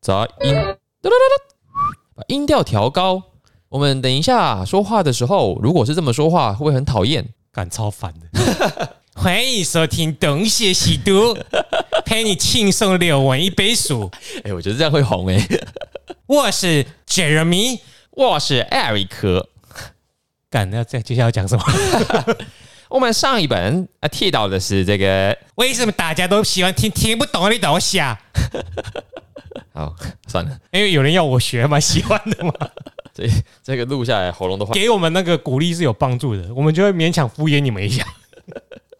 杂音，哒哒哒哒把音调调高。我们等一下说话的时候，如果是这么说话，会不会很讨厌？干超烦的。 欢迎收听《董谢喜读》，陪你轻松聊完一杯书。哎、我觉得这样会红哎、我是 Jeremy。 我是 Eric，干，那再接下来要讲什么？ 我们上一本啊提到的是这个，为什么大家都喜欢听听不懂的东西啊？ 好算了，因为有人要我学嘛，喜欢的嘛，这这个录下来喉咙都坏，给我们那个鼓励是有帮助的，我们就会勉强敷衍你们一下。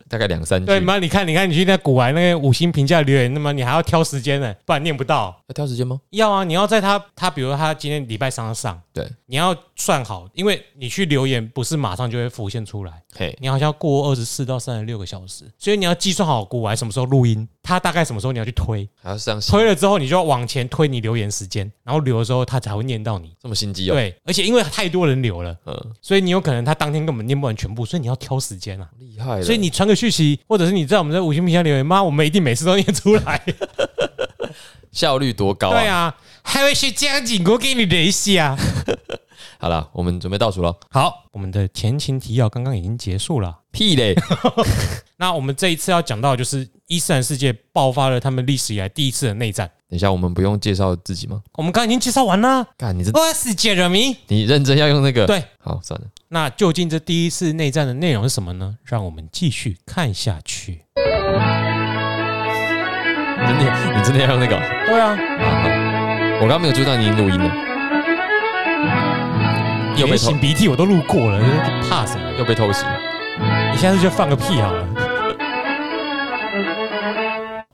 大概两三句对。妈，你看，你看，你去那古玩那个五星评价留言，那么你还要挑时间呢，不然念不到。要挑时间吗？要啊，你要在他他，比如说他今天礼拜三要上，对，你要算好，因为你去留言不是马上就会浮现出来，嘿，你好像要过二十四到三十六个小时，所以你要计算好古玩什么时候录音，它大概什么时候你要去推，还要上心推了之后你就要往前推你留言时间，然后留的时候它才会念到你。这么心机哦。，对，而且因为太多人留了，嗯，所以你有可能他当天根本念不完全部，所以你要挑时间啊。厉害了。所以你传个讯息，或者是你在我们的五星评价留言，妈，我们一定每次都念出来。效率多高啊？对啊，还会是江景国给你联系啊。好了，我们准备倒数了。好，我们的前情提要刚刚已经结束了。屁 嘞！那我们这一次要讲到，就是伊斯兰世界爆发了他们历史以来第一次的内战。等一下，我们不用介绍自己吗？我们刚刚已经介绍完了，干，你这我是杰瑞米。你认真要用那个？对，好，算了。那究竟这第一次内战的内容是什么呢？让我们继续看下去。真的，你真的要用那个哦？对啊，好好我刚刚没有注意到你已经录音了，又被连偷擤鼻涕我都路过了，怕什么？又被偷袭。你下次就放个屁好了。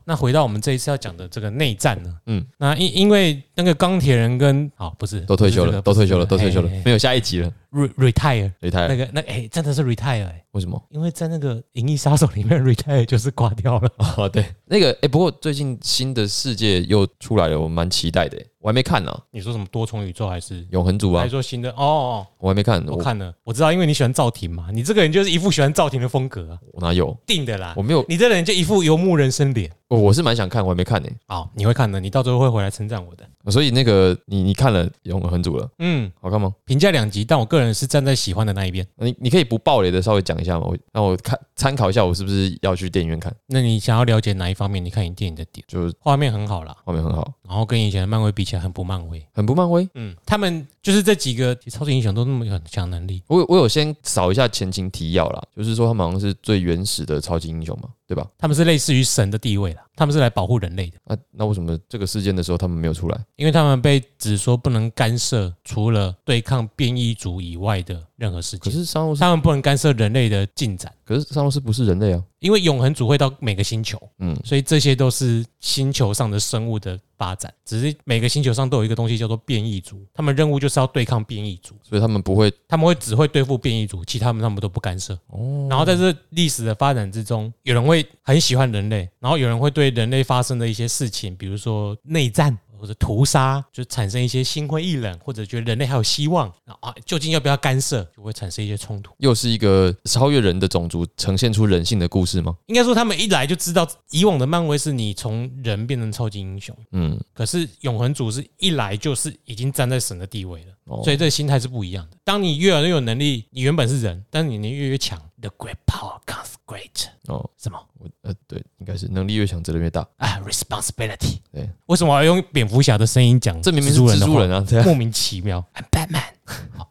那回到我们这一次要讲的这个内战呢？嗯嗯，那因因为那个钢铁人跟哦不是都退休了，都退休了，都退休了，没有有下一集了。 retire 李太那个那哎、真的是 retire 哎、为什么？因为在那个《银翼杀手》里面，retire 就是挂掉了。哦，对，那个哎，不过最近新的世界又出来了，我蛮期待的。我还没看呢， 你说什么多重宇宙还是？永恒族还啊是，说新的哦哦，我还没看，哦我我看了，我知道，因为你喜欢赵婷嘛，你这个人就是一副喜欢赵婷的风格、啊，我哪有？定的啦我。没有，你这人就一副游牧人生脸。我我是蛮想看，我还没看呢。好，你会看的，你到最后会回来称赞我的。所以那个你你看了永恒族了，嗯，好看吗？评价两集，但我个人是站在喜欢的那一边。你你可以不爆雷的稍微讲一下吗？我让我看参考一下，我是不是要去电影院看？那你想要了解哪一方面？你看你电影的点，就是画面很好啦，画面很好，然后跟以前的漫威比起来，很不漫威。很不漫威。嗯，他们就是这几个超级英雄都那么有很强能力。我有我有先扫一下前情提要啦，就是说他们好像是最原始的超级英雄嘛，对吧？他们是类似于神的地位啦，他们是来保护人类的。啊，那为什么这个事件的时候他们没有出来？因为他们被指说不能干涉除了对抗变异族以外的任何事可情，是商洛斯，他们不能干涉人类的进展，可是商洛斯不是人类啊，因为永恒族会到每个星球，嗯，所以这些都是星球上的生物的发展，只是每个星球上都有一个东西叫做变异族，他们任务就是要对抗变异族，所以他们不会他们会只会对付变异族，其他们他们都不干涉。哦。然后在这历史的发展之中，有人会很喜欢人类，然后有人会对人类发生的一些事情，比如说内战或者屠杀，就产生一些心灰意冷，或者觉得人类还有希望，然后啊，究竟要不要干涉，就会产生一些冲突。又是一个超越人的种族呈现出人性的故事吗？应该说，他们一来就知道，以往的漫威是你从人变成超级英雄，嗯，可是永恒组是一来就是已经站在神的地位了。哦所以这个心态是不一样的。当你越来越有能力，你原本是人，但是你越越强。The great power comes great，哦，什么？我呃对，应该是能力越强，责任越大。啊，responsibility。对，为什么我要用蝙蝠侠的声音讲？这明明是蜘蛛人，啊，对啊。莫名其妙。I'm Batman。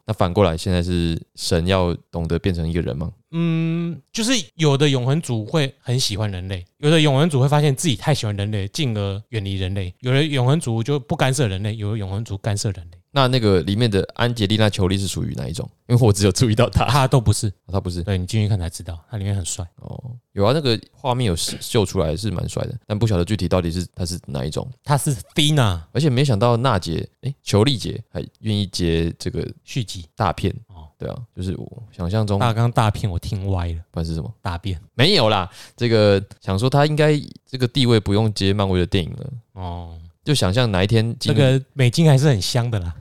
那反过来，现在是神要懂得变成一个人吗？嗯，就是有的永恒族会很喜欢人类，有的永恒族会发现自己太喜欢人类，进而远离人类；有的永恒族就不干涉人类，有的永恒族干涉人类，那那个里面的安杰丽娜·裘丽是属于哪一种？因为我只有注意到她，他都不是。她不是对你进去看才知道，他里面很帅。哦，有啊，那个画面有秀出来是蛮帅的，但不晓得具体到底是她是哪一种。他是 Fina 而且没想到娜姐，哎，裘丽姐还愿意接这个续集大片哦，对啊，就是我想象中大纲大片，我听歪了，不然是什么大便没有啦，这个想说她应该这个地位不用接漫威的电影了，哦。就想象哪一天这金个美金还是很香的啦。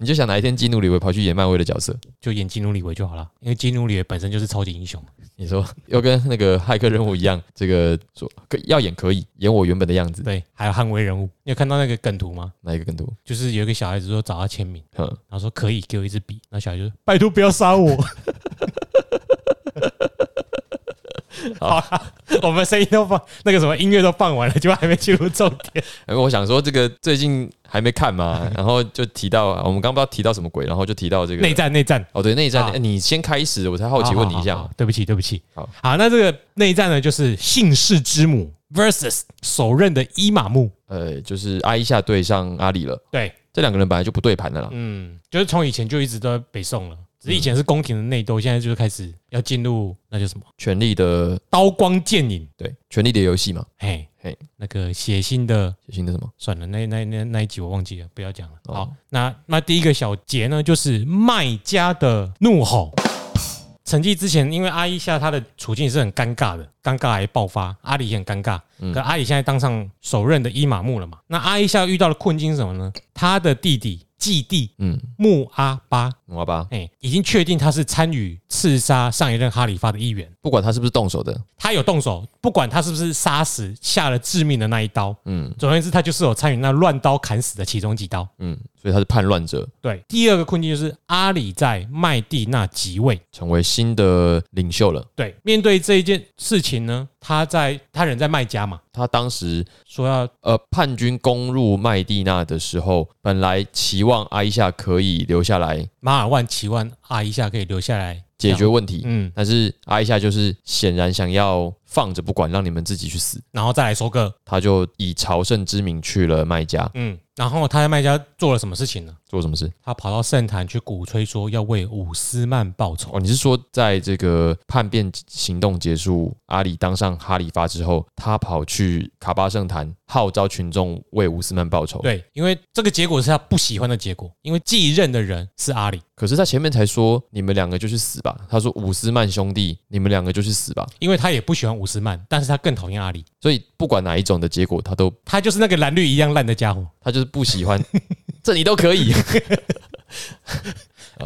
你就想哪一天基努里维跑去演漫威的角色，就演基努里维就好了，因为基努里维本身就是超级英雄。你说要跟那个骇客任务一样，这个说可要演可以演我原本的样子，对，还有捍卫人物，你有看到那个梗图吗？哪一个更多？嗯就是有一个小孩子说找他签名，哼，然后说可以给我一支笔，那小孩就说拜托不要杀我。好啦，我们声音都放，那个什么音乐都放完了，就还没进入重点。因为我想说这个最近还没看 嘛，然后就提到我们刚不知道提到什么鬼，然后就提到这内啊个战，内战，哦对内战，好哎你先开始，我才好奇问你一好好下好，对不起，对不起。好，好，那这个内战呢，就是姓氏之母 versus 首任的伊玛目。呃，就是阿伊夏对上阿里了，对，这两个人本来就不对盘的啦，嗯，就是从以前就一直都在北宋嗯了，只是以前是宫廷的内斗，现在就是开始要进入那叫什么权力的刀光剑影，对权力的游戏嘛，嘿，嘿那个血腥的写信的什么算了，那那那那一集我忘记了，不要讲了。哦好，那那第一个小节呢，就是卖家的怒吼。成绩之前，因为阿姨夏她的处境是很尴尬的，尴尬癌爆发，阿里也很尴尬。嗯可阿里现在当上首任的伊玛目了嘛？那阿姨夏遇到的困境是什么呢？他的弟弟继弟嗯，穆阿巴，好吧，哎、已经确定他是参与刺杀上一任哈里发的一员，不管他是不是动手的，他有动手，不管他是不是杀死下了致命的那一刀，嗯总而言之，他就是有参与那乱刀砍死的其中几刀。嗯，所以他是叛乱者，对，第二个困境就是阿里在麦地那即位。成为新的领袖了。对，面对这一件事情呢，他在他人在麦加嘛，他当时说要呃叛军攻入麦地那的时候，本来期望埃夏可以留下来马尔万奇万阿一下可以留下来解决，问题，嗯，但是埃夏就是显然想要放着不管，让你们自己去死。然后再来收割，他就以朝圣之名去了麦加，嗯，然后他在麦加做了什么事情呢？做什么事？他跑到圣坛去鼓吹说要为伍斯曼报仇。哦，你是说在这个叛变行动结束，阿里当上哈里发之后，他跑去卡巴圣坛号召群众为乌斯曼报仇？。对，因为这个结果是他不喜欢的结果，因为继任的人是阿里，可是他前面才说你们两个就去死吧，他说伍斯曼兄弟，你们两个就去死吧。因为他也不喜欢伍斯曼，但是他更讨厌阿里，所以不管哪一种的结果，他都他就是那个蓝绿一样烂的家伙，他就是不喜欢，这你都可以。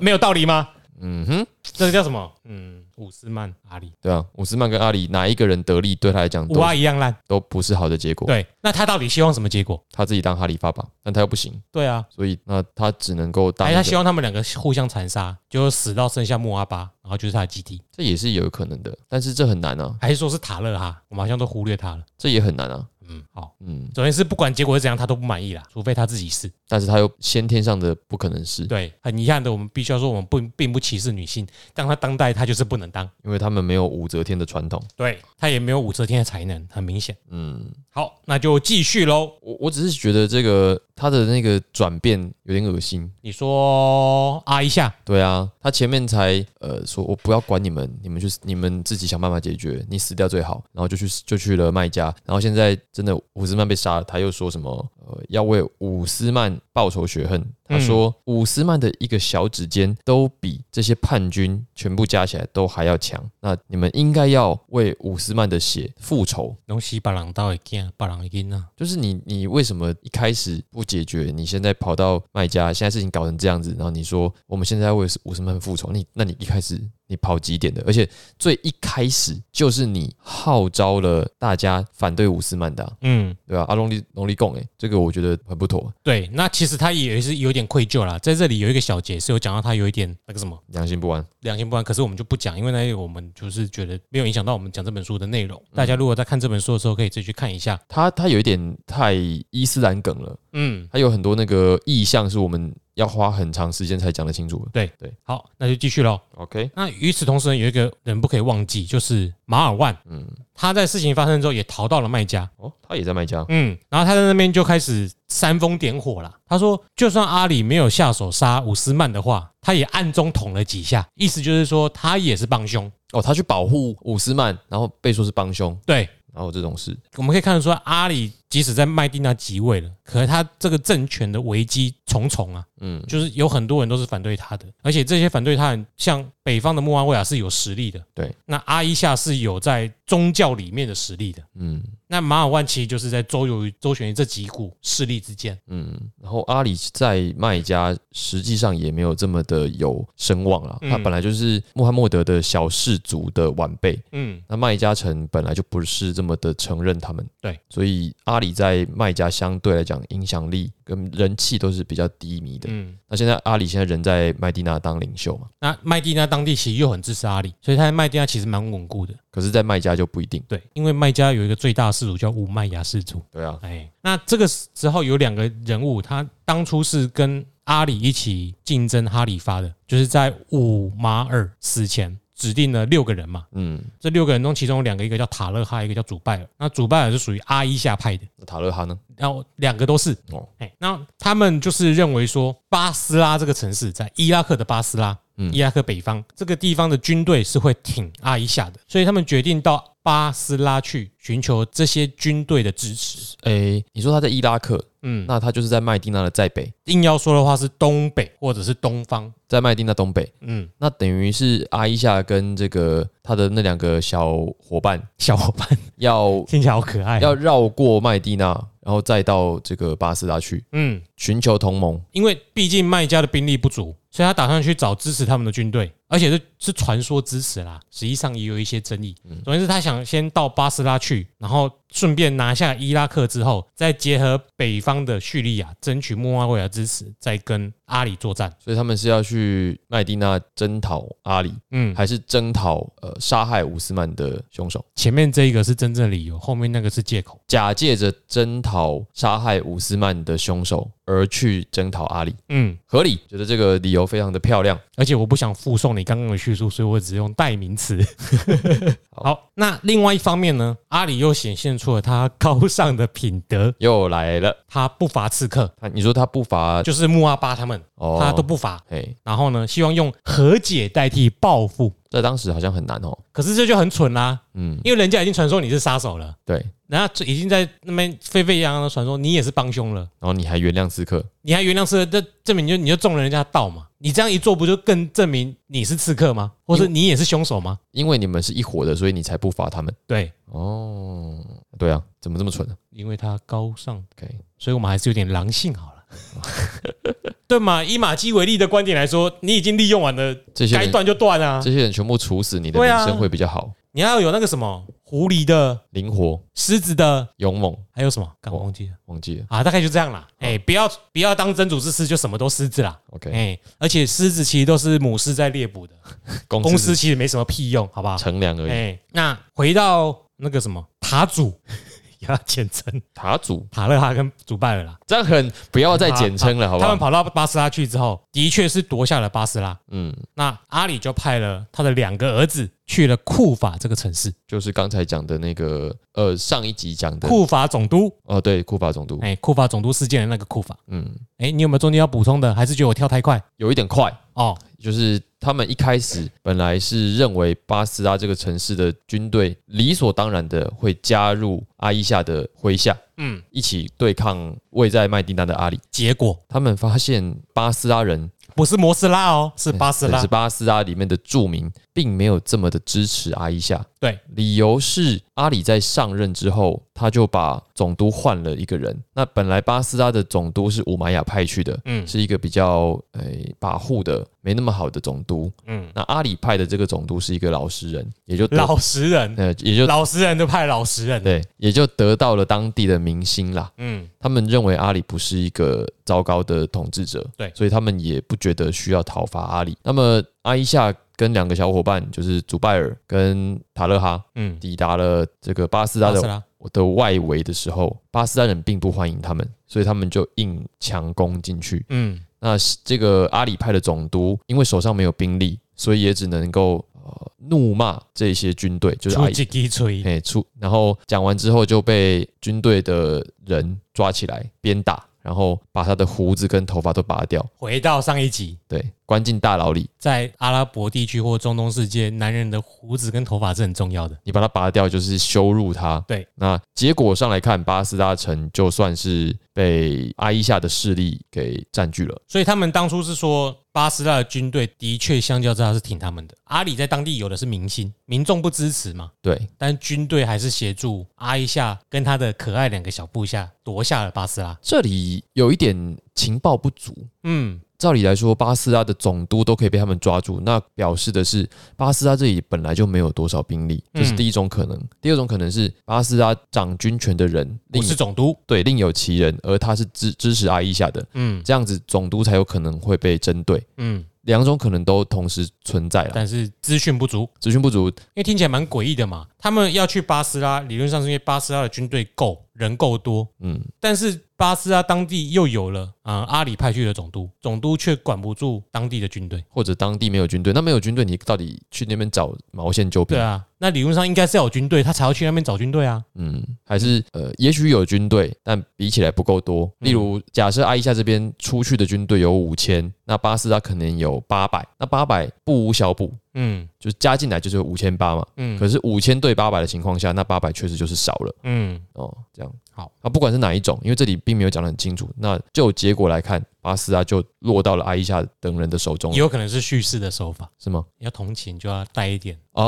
没有道理吗？嗯哼，呃 这个叫什么？嗯，伍斯曼阿里，对啊，伍斯曼跟阿里哪一个人得利，对他来讲五都阿一样烂。都不是好的结果。对，那他到底希望什么结果？他自己当哈里发吧，但他又不行，对啊，所以那他只能够当哎，一他个。希望他们两个互相残杀，就死到剩下穆阿巴，然后就是他的基地，这也是有可能的，但是这很难啊，还是说是塔勒哈？我们好像都忽略他了。这也很难啊。嗯，好，嗯，总而言之，不管结果是怎样，他都不满意啦，除非他自己是。但是他又先天上的不可能是，对，很遗憾的，我们必须要说，我们不并不歧视女性，但他当代他就是不能当。因为他们没有武则天的传统。对他也没有武则天的才能，很明显。嗯，好，那就继续喽。我我只是觉得这个他的那个转变有点恶心。你说啊一下，对啊，他前面才呃说，我不要管你们，你们去你们自己想办法解决，你死掉最好。然后就去就去了麦家，然后现在真的伍斯曼被杀了，他又说什么呃要为伍斯曼报仇雪恨。他说伍斯曼的一个小指尖都比这些叛军全部加起来都还要强，那你们应该要为伍斯曼的血复仇。龙西巴郎刀一件，巴郎一根啊，就是你，你为什么一开始不解决？你现在跑到卖家，现在事情搞成这样子，然后你说我们现在要为五十万复仇，你那你一开始你跑几点的？而且最一开始就是你号召了大家反对伍斯曼的啊、嗯。对吧、啊？阿龙利龙利贡，哎，这个我觉得很不妥，对，那其实他也是有点愧疚啦，在这里有一个小节是有讲到他有一点那个什么良心不安。良心不安，可是我们就不讲，因为那我们就是觉得没有影响到我们讲这本书的内容。嗯大家如果在看这本书的时候，可以自己去看一下。他他有一点太伊斯兰梗了，嗯，他有很多那个意象是我们要花很长时间才讲得清楚的。好，那就继续喽。 OK，那与此同时呢，有一个人不可以忘记，就是马尔万，嗯，他在事情发生之后也逃到了麦加，哦，他也在卖家，嗯，然后他在那边就开始煽风点火啦。他说，就算阿里没有下手杀伍斯曼的话，他也暗中捅了几下，意思就是说他也是帮凶。哦，他去保护伍斯曼，然后被说是帮凶，对，然后这种事。我们可以看得出来，阿里即使在麦地那即位了，可是他这个政权的危机重重啊，嗯，就是有很多人都是反对他的，而且这些反对他人，像北方的穆阿维亚是有实力的，对，那阿伊夏是有在宗教里面的实力的，嗯那马尔万其实就是在周游于周旋于这几股势力之间，嗯，然后阿里在麦加实际上也没有这么的有声望啦，嗯他本来就是穆罕默德的小氏族的晚辈，嗯，那麦加城本来就不是这么的承认他们，对，所以阿里在麦加相对来讲影响力跟人气都是比较低迷的。嗯，那现在阿里现在人在麦地那当领袖嘛，那麦地那当地其实又很支持阿里，所以他在麦地那其实蛮稳固的，可是，在麦加就不一定。对，因为麦加有一个最大氏族叫乌麦亚氏族，对啊，哎，那这个时候有两个人物，他当初是跟阿里一起竞争哈里发的，就是在五马尔死前指定了六个人嘛。嗯，这六个人中，其中有两个，一个叫塔勒哈，一个叫祖拜尔。那祖拜尔是属于阿伊夏派的，那塔勒哈呢？然后两个都是。哦，哎，那他们就是认为说，巴斯拉这个城市在伊拉克的巴斯拉，嗯伊拉克北方这个地方的军队是会挺阿伊夏的，所以他们决定到巴斯拉去寻求这些军队的支持。诶、哎你说他在伊拉克，嗯，那他就是在麦地那的在北，硬要说的话是东北或者是东方，在麦地那东北，嗯，那等于是阿伊夏跟这个他的那两个小伙伴小伙伴要听起来好可爱、啊要，绕过麦地那，然后再到这个巴斯拉去嗯，寻求同盟。因为毕竟卖家的兵力不足，所以他打算去找支持他们的军队，而且是是传说支持啦，实际上也有一些争议。总之，他想先到巴斯拉去，然后顺便拿下伊拉克之后，再结合北方的叙利亚，争取穆阿维尔支持，再跟阿里作战。所以他们是要去麦地那征讨阿里，嗯，还是征讨呃杀害乌斯曼的凶手？前面这一个是真正的理由，后面那个是借口。假借着征讨杀害乌斯曼的凶手而去征讨阿里，嗯，合理？觉得这个理由非常的漂亮。而且我不想附送你刚刚的叙述，所以我只用代名词。 好，那另外一方面呢，阿里又显现出了他高尚的品德，又来了，他不伐刺客，他你说他不乏就是穆阿巴他们，哦，他都不伐。嘿，然后呢，希望用和解代替报复，在当时好像很难哦。可是这就很蠢啦，嗯，因为人家已经传说你是杀手了，对，然然后已经在那边沸沸扬扬的传说你也是帮凶了。后你还原谅刺客，你还原谅刺客，这证明你就你就中了人家的道嘛？你这样一做，不就更证明你是刺客吗？或者你也是凶手吗？因为你们是一伙的，所以你才不罚他们。对，哦，对啊，怎么这么蠢呢、因为他高尚 o k 所以我们还是有点狼性好了。 对嘛？以马基维利的观点来说，你已经利用完了，这些该人断就断啊！这些人全部处死，你的对名啊声会比较好，你要有那个什么狐狸的、灵活、狮子的，勇猛。还有什么？刚忘记了忘记了啊，大概就这样啦。哎、不要不要当真主之狮就什么都狮子啦。 ，OK，、哎、而且狮子其实都是母狮在猎捕的，公公司狮其实没什么屁用，好不好？乘凉而已。哎，那回到那个什么塔主， 要简称塔主塔勒哈跟祖拜尔啦。这样很不要再简称了，好不他们好？跑到巴斯拉去之后，的确是夺下了巴斯拉。嗯，那阿里就派了他的两个儿子去了库法这个城市，就是刚才讲的那个呃，上一集讲的库法总督，哦，对，库法总督，哎，库法总督事件的那个库法。嗯，哎，你有没有中间要补充的？还是觉得我跳太快？有一点快，哦，就是他们一开始本来是认为巴斯拉这个城市的军队理所当然的会加入阿伊夏的麾下，嗯，一起对抗位在麦地那的阿里。结果他们发现巴斯拉人不是摩斯拉哦，是巴斯甚拉至。巴斯拉里面的住民并没有这么的支持阿伊夏。对，理由是阿里在上任之后，他就把总督换了一个人。那本来巴斯拉的总督是五玛雅派去的，嗯是一个比较诶、把护的没那么好的总督。嗯，那阿里派的这个总督是一个老实人，也就得老实人，呃也就老实人就派老实人。对也就得到了当地的民心啦。嗯，他们认为阿里不是一个糟糕的统治者，对所以他们也不觉得需要讨伐阿里。那么阿伊夏跟两个小伙伴，就是祖拜尔跟塔勒哈，嗯，抵达了这个巴斯拉巴斯的拉。的外围的时候，巴斯拉人并不欢迎他们，所以他们就硬强攻进去。嗯，那这个阿里派的总督因为手上没有兵力，所以也只能够呃怒骂这些军队，就是出阿伊击击锤。哎出，然后讲完之后就被军队的人抓起来鞭打，然后把他的胡子跟头发都拔掉，回到上一集，对，关进大牢里。在阿拉伯地区或中东世界，男人的胡子跟头发是很重要的。你把他拔掉就是羞辱他。对，那结果上来看，巴斯大城就算是被阿伊夏的势力给占据了。所以他们当初是说，巴斯拉的军队的确相较之下是挺他们的。阿里在当地有的是民心，民众不支持嘛，对，但军队还是协助阿伊夏跟他的可爱两个小部下夺下了巴斯拉。这里有一点情报不足。嗯，照理来说，巴斯拉的总督都可以被他们抓住，那表示的是巴斯拉这里本来就没有多少兵力，这是嗯第一种可能。第二种可能是巴斯拉掌军权的人我另是总督。对另有其人，而他是支支持阿伊夏的，嗯这样子总督才有可能会被针对。嗯，两种可能都同时存在了，但是资讯不足，资讯不足，因为听起来蛮诡异的嘛。他们要去巴斯拉，理论上是因为巴斯拉的军队够，人够多，嗯，但是巴斯拉当地又有了啊、呃阿里派去的总督，总督却管不住当地的军队。或者当地没有军队，那没有军队，你到底去那边找毛线纠对偏？啊，那理论上应该是要有军队，他才要去那边找军队啊。嗯，还是呃，也许有军队，但比起来不够多。嗯例如，假设阿伊夏这边出去的军队有五千，那巴斯他可能有八百，那八百不无小补，嗯就是加进来就是五千八嘛。嗯可是五千对八百的情况下，那八百确实就是少了嗯，哦。这样好啊，不管是哪一种，因为这里并没有讲得很清楚。那就结果来看，巴斯他就落到了阿伊夏等人的手中也了，有可能是叙事的手法，是吗？要同情就要带一点，啊、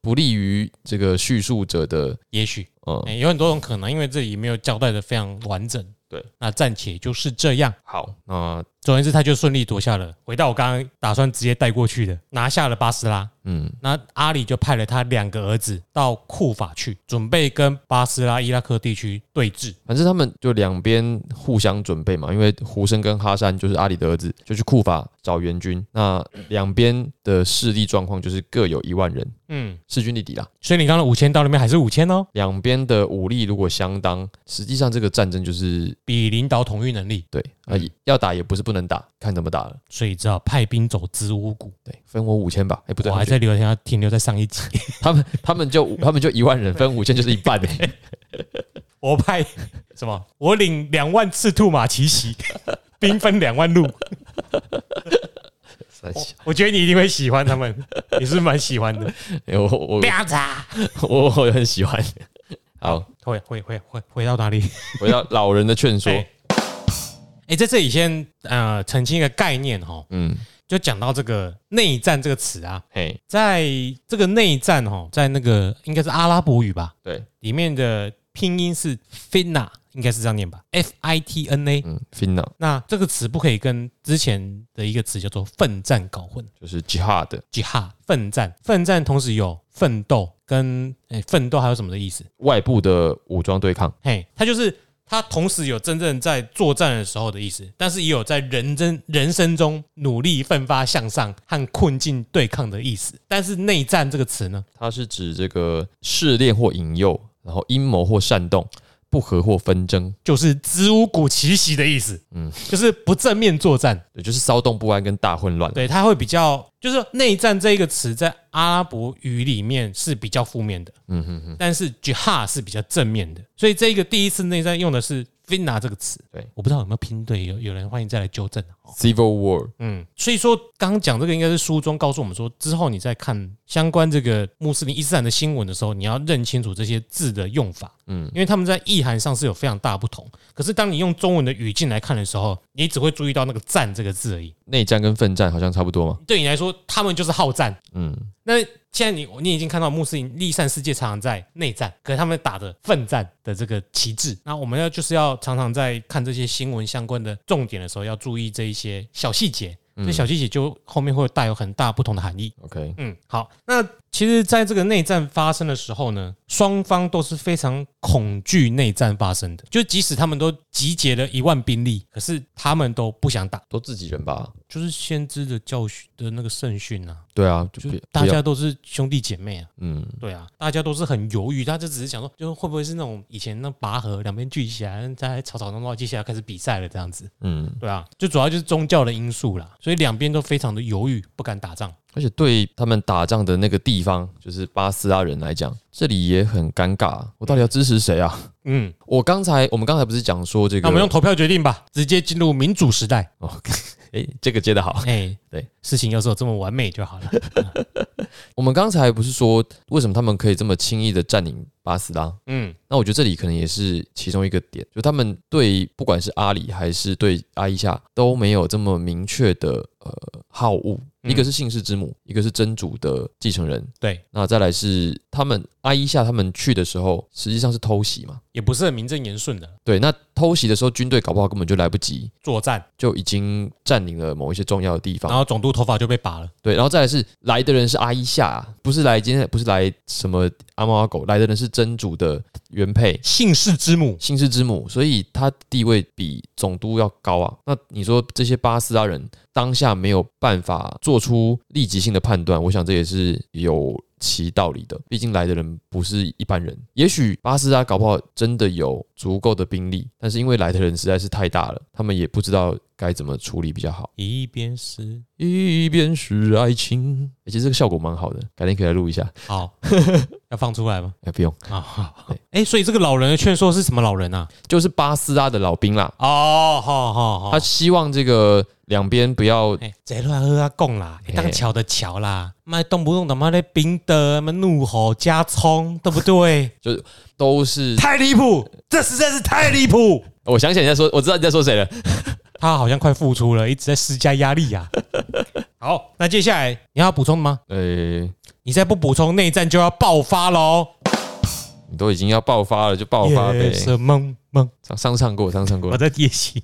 不利于这个叙述者的也许、嗯。哎有很多种可能，因为这里没有交代的非常完整。对，那暂且就是这样。好，那总而言之，他就顺利夺下了。回到我刚刚打算直接带过去的，拿下了巴斯拉。嗯，那阿里就派了他两个儿子到库法去，准备跟巴斯拉伊拉克地区对峙。反正他们就两边互相准备嘛，因为胡生跟哈山就是阿里的儿子，就去库法找援军。那两边的势力状况就是各有一万人，嗯，势均力敌啦。所以你刚刚五千到那边还是五千哦，两边的武力如果相当，实际上这个战争就是比领导统御能力，对啊，也要打也不是不能打，看怎么打了。所以只好派兵走支乌谷。对，分我五千吧。哎、不对，我还在留下停留在上一集，他们他们就五他们就一万人分五千就是一半哎、 我派 什么？我领两万赤兔马奇袭， 兵分两万路。三小我觉得你一定会喜欢他们，你是不是蛮喜欢的。哎我我不要砸！我我很喜欢。好，会会会会回到哪里？回到老人的劝说，哎、哎在这里先呃澄清一个概念哦，嗯，就讲到这个内战这个词啊，嘿，在这个内战哦，在那个应该是阿拉伯语吧，对，里面的拼音是 fitna，应该是这样念吧，f i t n a。嗯，Finna 那这个词不可以跟之前的一个词叫做奋战搞混就是 Jihad。 ，jihad 奋战，奋战同时有奋斗跟哎奋斗还有什么的意思？外部的武装对抗。嘿，它就是它同时有真正在作战的时候的意思，但是也有在人真人生中努力奋发向上和困境对抗的意思。但是内战这个词呢，它是指这个试炼或引诱，然后阴谋或煽动，不和或纷争，就是支吾谷奇袭的意思，嗯嗯，就是不正面作战。也就是骚动不安跟大混乱。对，它会比较，就是内战这一个词在阿拉伯语里面是比较负面的，嗯哼哼，但是 jihad 是比较正面的，所以这一个第一次内战用的是 finna 这个词。对，我不知道有没有拼对，有有人欢迎再来纠正啊。 ，Civil War，嗯，所以说刚刚讲这个应该是书中告诉我们说，之后你在看相关这个穆斯林伊斯兰的新闻的时候，你要认清楚这些字的用法，嗯因为他们在意涵上是有非常大的不同。可是当你用中文的语境来看的时候，你只会注意到那个“战”这个字而已。内战跟奋战好像差不多嘛。对你来说，他们就是好战。嗯，那现在你你已经看到穆斯林力善世界常常在内战，可是他们打着奋战的这个旗帜。那我们要就是要常常在看这些新闻相关的重点的时候，要注意这一些小细节。嗯这小细节就后面会有带有很大不同的含义。 OK，嗯，好，那其实在这个内战发生的时候呢，双方都是非常恐惧内战发生的，就即使他们都集结了一万兵力，可是他们都不想打，都自己人吧。就是先知的教训的那个圣训啊，对啊，就就不大，不要家都是兄弟姐妹啊。嗯，对啊，大家都是很犹豫，大家只是想说，就会不会是那种以前那拔河两边聚起来，大家吵吵闹闹，接下来开始比赛了这样子。嗯，对啊，就主要就是宗教的因素啦，所以两边都非常的犹豫，不敢打仗。而且对他们打仗的那个地方，就是巴斯拉人来讲，这里也很尴尬啊。我到底要支持谁啊？嗯，我刚才我们刚才不是讲说这个？那我们用投票决定吧，直接进入民主时 代。哦，哎、这个接的好。哎、对，事情要是有这么完美就 好了。我们刚才不是说为什么他们可以这么轻易的占领巴斯拉？嗯，那我觉得这里可能也是其中一个点，就他们对不管是阿里还是对阿伊夏都没有这么明确的呃好恶，嗯一个是姓氏之母，一个是真主的继承人，对，那再来是他们阿伊夏他们去的时候，实际上是偷袭嘛？也不是很名正言顺的对，那偷袭的时候，军队搞不好根本就来不及，作战，就已经占领了某一些重要的地然方。后总督头发就被拔了。对，然后再来是来的人是阿伊夏啊，不是来今天不是来什么阿猫阿狗，来的人是真主的原配。姓氏 之母，姓氏之母，所以他地位比总督要高啊。那你说这些巴斯拉人当下没有办法做出立即性的判断，我想这也是有其道理的。毕竟来的人不是一般人，也许巴斯拉搞不好真的有足够的兵力，但是因为来的人实在是太大了，他们也不知道该怎么处理比较好。一 边是一边是爱情，欸其实这个效果蛮好的，改天可以来录一下。好，要放出来吗？哎、不用，啊，好对哎、所以这个老人的劝说是什么老人啊？就是巴斯拉的老兵啦，哦，好好好，他希望这个两边不要哎，这乱喝啊讲啦，嘿当桥的桥啦，妈动不动他妈的冰的，他妈怒吼加冲，对不对？都是 太离谱，这实在是太离谱。我想起来你在说，我知道你在说谁了。他好像快付出了，一直在施加压力呀、 好，那接下来你要补充的吗？呃、你再不补充，内战就要爆发喽！你都已经要爆发了，就爆发呗。色蒙蒙，上上唱过，上唱我过，在夜袭，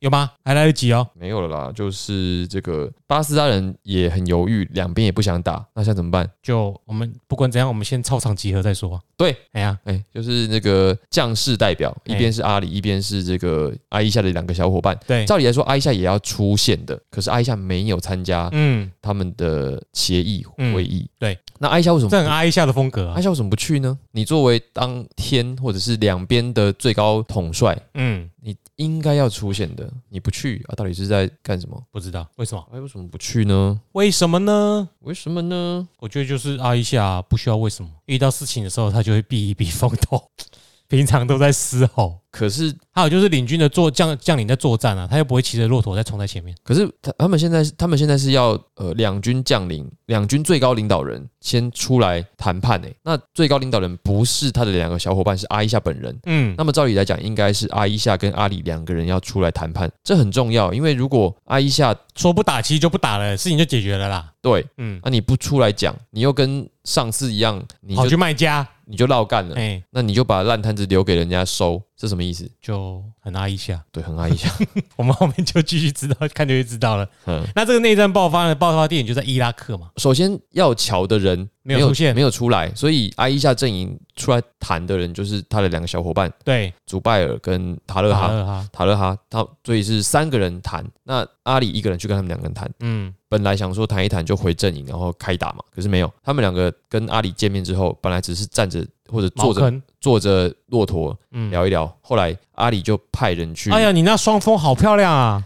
有吗？还来得及哦。没有了啦。就是这个巴斯拉人也很犹豫，两边也不想打，那现在怎么办？就我们不管怎样，我们先操场集合再说。对，哎呀，哎、就是那个将士代表，一哎边是阿里，一边是这个阿伊夏的两个小伙伴。对，照理来说，阿伊夏也要出现的，可是阿伊夏没有参加嗯，他们的协议嗯会议。对，那阿伊夏为什么这很阿一下的风格啊阿。夏为什么不去呢？你作为当天或者是两边的最高统帅，嗯，你应该要出现的，你不去啊？到底是在干什么？不知道为什么？哎，为什么不去呢？为什么呢？为什么呢？我觉得就是啊阿一下不需要为什么，遇到事情的时候他就会避一避风头， 平常都在嘶吼。可是，还有就是领军的作将将领在作战啊，他又不会骑着骆驼在冲在前面。可是他他们现在是，他们现在是要呃，两军将领、两军最高领导人先出来谈判诶、那最高领导人不是他的两个小伙伴，是阿伊夏本人。嗯，那么照理来讲，应该是阿伊夏跟阿里两个人要出来谈判，这很重要，因为如果阿伊夏说不打其实就不打了，事情就解决了啦。对，嗯，那、你不出来讲，你又跟上次一样，你跑就去卖家，你就绕干了，哎，那你就把烂摊子留给人家收，这什么意思？就很阿一下。对，很阿伊夏。 我们后面就继续知道，看就会知道了。嗯，那这个内战爆发的爆发地点就在伊拉克嘛。首先要桥的人没有出现没有出来，所以阿伊夏阵营出来谈的人就是他的两个小伙伴对，祖拜尔跟塔勒塔哈。勒哈，塔勒哈，他所以是三个人谈，那阿里一个人去跟他们两个人谈。嗯，本来想说谈一谈就回阵营，然后开打嘛，可是没有。他们两个跟阿里见面之后，本来只是站着或者茅坐着坑，坐着骆驼嗯，聊一聊，后来阿里就派人去。哎呀，你那双峰好漂亮啊！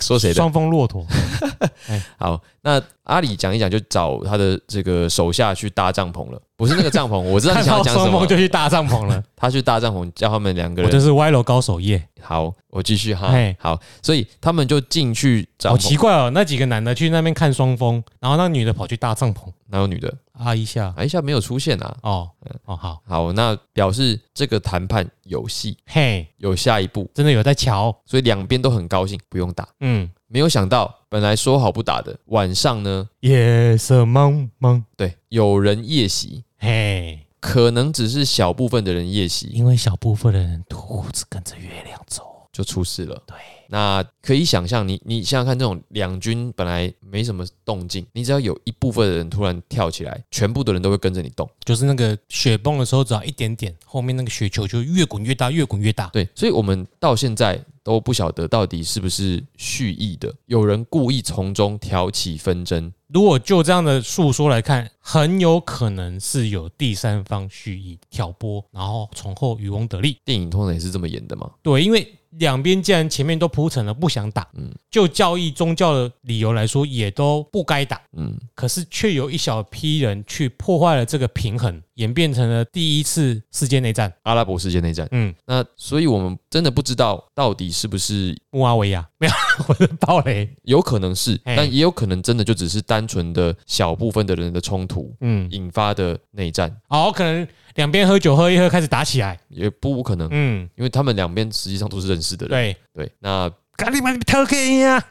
说谁的？双峰骆驼，好，那阿里讲一讲，就找他的这个手下去搭帐篷了。不是那个帐 篷，我知道你看想要到讲什双峰么就。去搭帐篷了。他去搭帐篷，叫他们两个我哎真人。是歪楼高手耶！好，我继续哈嘿。好，所以他们就进去帐好奇篷，怪哦，那几个男的去那边看双峰，然后那女的跑去搭帐篷，哪有女的？啊一下，哎，一下没有出现啊。哦哦好，好，那表示这个谈判有戏，嘿，有下一步，真的有在瞧，所以两边都很高兴，不用打。嗯，没有想到，本来说好不打的，晚上呢，夜色茫茫，对，有人夜袭，嘿，可能只是小部分的人夜袭，因为小部分的人独自跟着月亮走，就出事了。对，那可以想象，你你想想看，这种两军本来没什么动静，你只要有一部分的人突然跳起来，全部的人都会跟着你动。就是那个雪崩的时候，只要一点点，后面那个雪球就越滚越大，越滚越大，对，所以我们到现在都不晓得到底是不是蓄意的，有人故意从中挑起纷争。如果就这样的诉说来看，很有可能是有第三方蓄意挑拨，然后从后渔翁得利。电影通常也是这么演的嘛。对，因为两边既然前面都铺陈了不想打，嗯就教义宗教的理由来说，也都不该打。嗯，可是却有一小批人去破坏了这个平衡，演变成了第一次世界内战。阿拉伯世界内战。嗯，那所以我们真的不知道到底是不是穆阿维亚 没有，我是暴雷。有可能是，嘿但也有可能真的就只是单纯的小部分的人的冲突嗯，引发的内战，好，可能两边喝酒喝一喝开始打起来。也不无可能，嗯，因为他们两边实际上都是认识的人。对，对，那咖喱曼特克呀。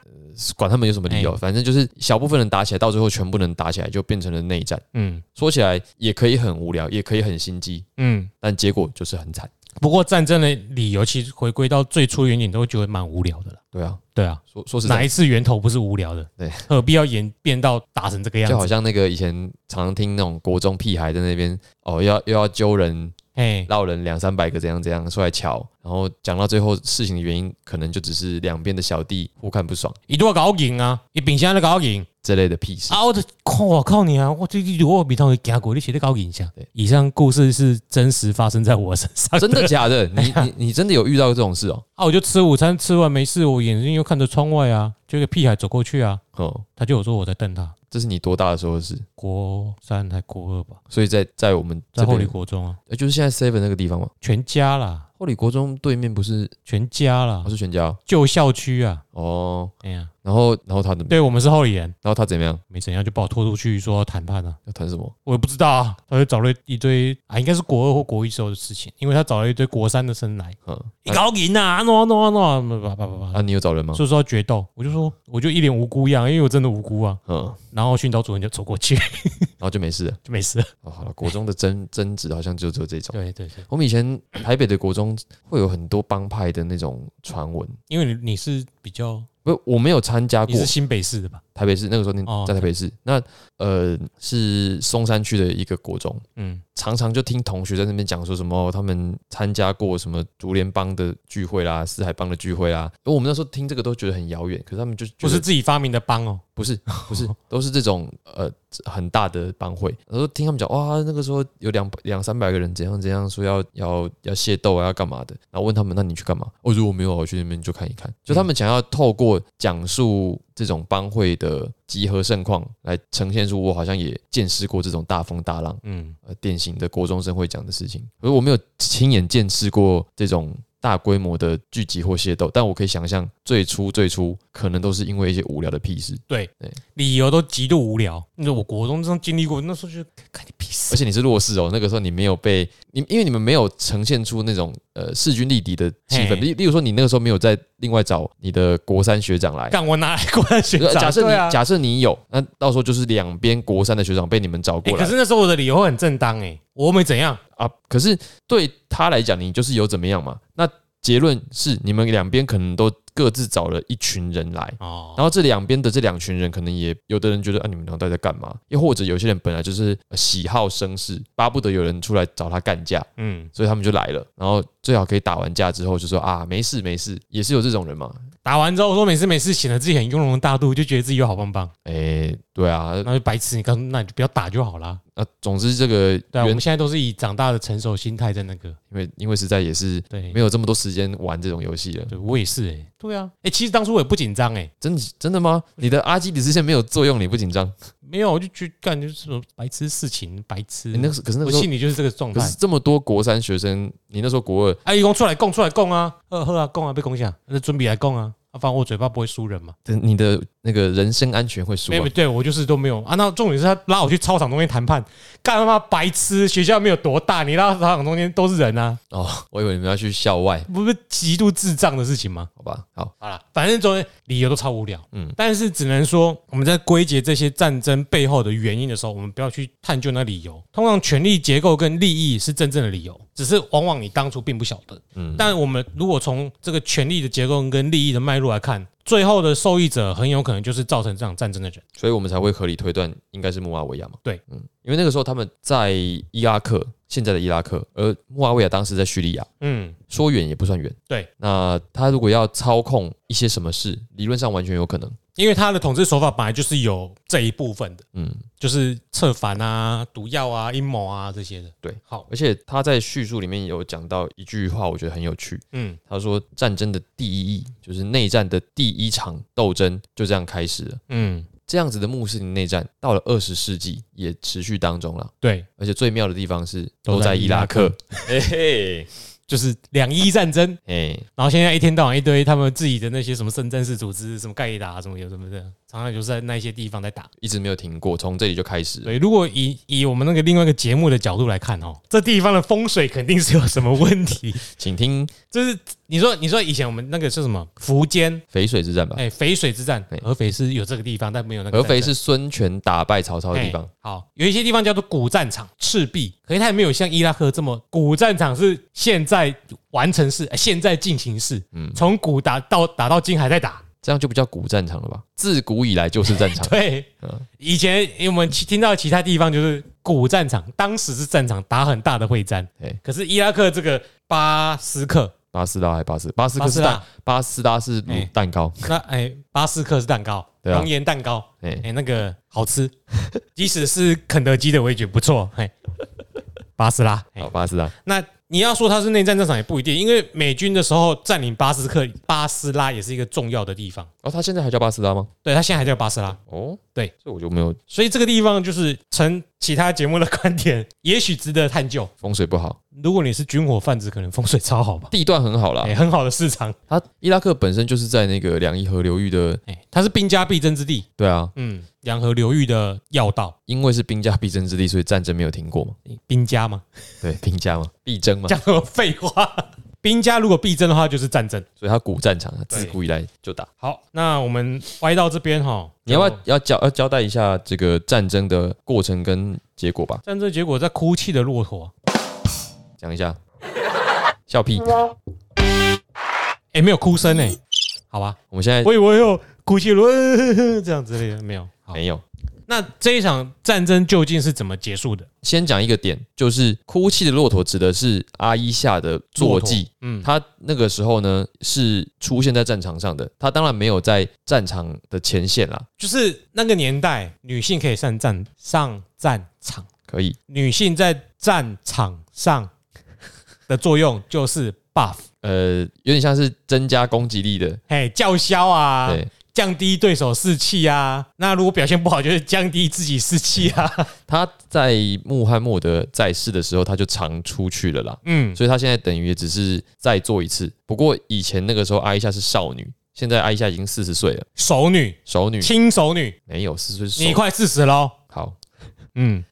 管他们有什么理由，反正就是小部分人打起来，到最后全部人打起来，就变成了内战。嗯说起来也可以很无聊，也可以很心机，嗯，但结果就是很惨。不过战争的理由其实回归到最初原点，都会觉得蛮无聊的了。对啊，对啊，说说实哪在，一次源头不是无聊的？对，何必要演变到打成这个样就好子？像那个以前常听那种国中屁孩在那边哦，又要又要揪人哎，绕人两三百个怎样怎样出来瞧，然后讲到最后事情的原因，可能就只是两边的小弟互看不爽一度要搞赢啊，一饼箱都搞赢这类的屁事。啊！我的靠，我靠你啊！我最近如果比同你行过，你写的搞赢一下对。以上故事是真实发生在我身 上，真的假的？你你你真的有遇到这种事哦？啊！我就吃午餐，吃完没事，我眼睛又看着窗外啊，就一个屁孩走过去啊，哦，他就有说我在瞪他。这是你多大的时候的事？国三还国二吧，所以在在我们在这后里边，国中啊，呃就是现在 Seven 那个地方嘛。全家啦，后里国中对面不是全家啦不，是全家哦旧校区啊，哦，哎呀，然后然后他怎么？对我们是后里人，然后他怎么样？没怎样就把我拖出去说要谈判啊，要谈什么？我也不知道啊，他就找了一堆啊，应该是国二或国一时候的事情，因为他找了一堆国三的生来，嗯，你搞赢啊，诺诺诺，叭叭叭啊，叭，你有找人吗？就说要决斗，我就说我就一脸无辜一样，因为我真的无辜啊，嗯，然后训导主任就走过去 然后就没事了。就没事了，哦，好了，国中的争争执好像就只有这种。对对对，我们以前台北的国中会有很多帮派的那种传闻，因为你你是比较不，我没有参加你过是新北市的吧，台北市，那个时候哦你在台北市，那呃是松山区的一个国中，嗯常常就听同学在那边讲说什么他们参加过什么竹联帮的聚会啦、四海帮的聚会啦，我们那时候听这个都觉得很遥远，可是他们就不不是自己发明的帮哦，不是不是，都是这种呃很大的帮会。然后听他们讲，哇，那个时候有两两三百个人怎样怎样，说要要要械斗啊，要干嘛的。然后问他们，那你去干嘛？哦，如果没有，我去那边就看一看。就他们想要透过讲述这种帮会的集合盛况，来呈现出我好像也见识过这种大风大浪，嗯，呃，典型的国中生会讲的事情。可是我没有亲眼见识过这种。大规模的聚集或械斗，但我可以想象，最初最初可能都是因为一些无聊的屁事，对对，理由都极度无聊，那我国中中经历过，那时候就看你屁事而，且你是弱势哦，那个时候你没有被你，因为你们没有呈现出那种呃势均力敌的气嘿氛。例例如说，你那个时候没有再另外找你的国三学 长来。干我哪来过来学哎呃长？假设你、对啊假设你有，那到时候就是两边国三的学长被你们找欸过来、可是那时候我的理由会很正当哎、我又没怎样，啊。可是对他来讲，你就是有怎么样嘛？那结论是你们两边可能都各自找了一群人来，哦，然后这两边的这两群人，可能也有的人觉得啊，你们两个到底在干嘛？又或者有些人本来就是呃喜好生事，巴不得有人出来找他干架，嗯，所以他们就来了。然后最好可以打完架之后就说啊，没事没事，也是有这种人嘛。打完之后我说没事没事，显得自己很雍容大度，就觉得自己有好棒棒，诶，对啊，那就白痴，你刚那你就不要打就好啦。那总之这个对啊，我原们现在都是以长大的成熟心态在那个，因为因为实在也是对，没有这么多时间玩这种游戏了。对我也是哎、对啊，哎、其实当初我也不紧张哎，真真的吗？你的阿基里斯线没有作用，你不紧张？没有，我就觉得干就是什么白痴事情，白痴，欸你那个时可是那我个时候心里就是这个状可态是。这么多国三学生，你那时候国二，哎，一共出来供出来供啊，喝喝啊供啊被供下，那准备来供啊，啊，反正我嘴巴不会输人嘛。你的那个人身安全会输没有，啊。对我就是都没有啊。那重点是他拉我去操场中间谈判，干他妈白痴！学校没有多大，你拉到操场中间都是人啊，哦，我以为你们要去校外，不是极度智障的事情吗？好吧？好，好了，反正总之理由都超无聊。嗯嗯，但是只能说我们在归结这些战争背后的原因的时候，我们不要去探究那理由。通常权力结构跟利益是真正的理由，只是往往你当初并不晓得。嗯嗯，但我们如果从这个权力的结构跟利益的脉络来看，最后的受益者很有可能就是造成这场战争的人。所以我们才会合理推断应该是穆阿维亚嘛。对，嗯，因为那个时候他们在伊拉克现在的伊拉克，而穆阿维亚当时在叙利亚，嗯，说远也不算远。对，那他如果要操控一些什么事，理论上完全有可能。因为他的统治手法本来就是有这一部分的，嗯，就是策反啊、毒药啊、阴谋啊这些的。对，好，而且他在叙述里面有讲到一句话，我觉得很有趣。嗯他说：“战争的第一役，就是内战的第一场斗争，就这样开始了。嗯，这样子的穆斯林内战到了二十世纪也持续当中了。对，而且最妙的地方是都都在在伊伊拉拉克克。嘿嘿，就是两伊战争，哎，然后现在一天到晚一堆他们自己的那些什么圣战士组织，什么盖达什么有什么的，常常就是在那些地方在打。一直没有停过，从这里就开始了。对，如果以以我们那个另外一个节目的角度来看哦，这地方的风水肯定是有什么问题。请听 就是你说你说以前我们那个是什么苻坚，淝水之战吧。哎，淝水之战哎，合肥是有这个地方，但没有那个合肥战争是孙权打败曹操的地方哎。好，有一些地方叫做古战场、赤壁，可是它也没有像伊拉克这么古战场是现在完成式，哎现在进行式，嗯，从古打到打到今还在打。这样就不叫古战场了吧？自古以来就是战 场。对，嗯以前因为我们其听到其他地方就是古战场，当时是战场打很大的会战哎，可是伊拉克这个巴斯克，巴斯拉还巴斯巴斯克巴斯是拉蛋，巴斯拉是卤哎蛋糕。那哎巴斯克是蛋糕， 对啊熔岩蛋糕，哎、哎那个好吃，即使是肯德基的我也觉得不错，哎，巴斯拉，哎好，巴斯拉那你要说它是内战战场也不一定，因为美军的时候占领巴斯克，巴斯拉也是一个重要的地方，哦，他现在还叫巴斯拉吗？对，它现在还叫巴斯拉。哦，对，所以我就没有所以这个地方就是从其他节目的观点，也许值得探究。风水不好，如果你是军火贩子，可能风水超 好吧？地段很好啦哎、。很好的市场，它伊拉克本身就是在那个两伊河流域的，哎、它是兵家必争之地，对啊，嗯，洋河流域的要道，哎因为是兵家必争之地，所以战争没有停过嘛。兵家嘛，对，兵家 嘛，必争嘛，讲什么废话？ 兵家如果必争的话，就是战争。所以它古战场，它对自古以来就打。好，那我们歪到这边哈，你要不就要要交要交代一下这个战争的过程跟结果吧？战争结果在哭泣的骆驼？讲一 下，笑屁！哎、没有哭声哎、好吧，我们现在我以为有哭泣的骆 驼这样之类的，没有。好，没有。那这一场战争究竟是怎么结束的？先讲一个点，就是哭泣的骆驼指的是阿伊夏的坐骑。，嗯，他那个时候呢是出现在战场上的，他当然没有在战场的前线啦，就是那个年代，女性可以上战上战场。可以女性在战场上的作用就是 buff，呃有点像是增加攻击力的，哎，叫嚣啊，对，降低对手士气啊。那如果表现不好，就是降低自己士气 啊。他在穆罕默德在世的时候他就常出去了啦，嗯，所以他现在等于也只是再做一次。不过以前那个时候阿伊夏是少女，现在阿伊夏已经四十岁了，熟女，熟女亲熟女，没有四十岁你是熟，快四十喽。好，嗯，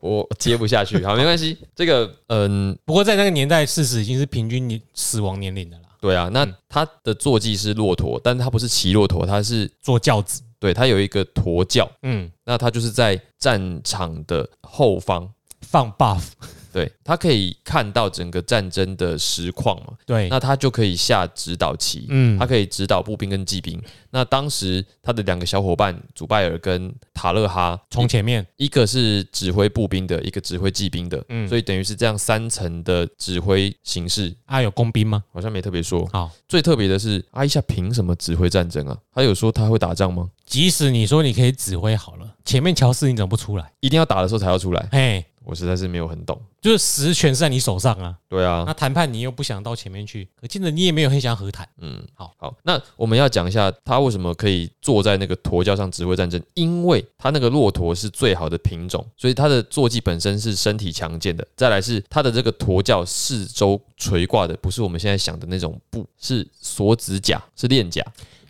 我接不下去，好没关系，这个嗯。不过在那个年代，四十已经是平均年死亡年龄的啦。对啊，那他的坐骑是骆驼，但他不是骑骆驼，他是坐轿子，对他有一个驼轿，嗯，那他就是在战场的后方，放 buff，对他可以看到整个战争的实况嘛，对，那他就可以下指导棋，嗯他可以指导步兵跟骑兵。那当时他的两个小伙伴祖拜尔跟塔勒哈，从前面，一个是指挥步兵的，一个指挥骑兵的，嗯所以等于是这样三层的指挥形式，啊，有工兵吗？好像没特别说。好，最特别的是，阿伊夏凭什么指挥战争啊？他有说他会打仗吗？即使你说你可以指挥好了，前面乔斯你怎么不出来？一定要打的时候才要出来？嘿，我实在是没有很懂。就是实权是在你手上啊。对啊那，谈判你又不想到前面去，可见得你也没有很想和谈。嗯，好好，那我们要讲一下他为什么可以坐在那个驼轿上指挥战争，因为他那个骆驼是最好的品种，所以他的坐骑本身是身体强健的。再来是他的这个驼轿四周垂挂的，不是我们现在想的那种布，是锁指甲，是链甲。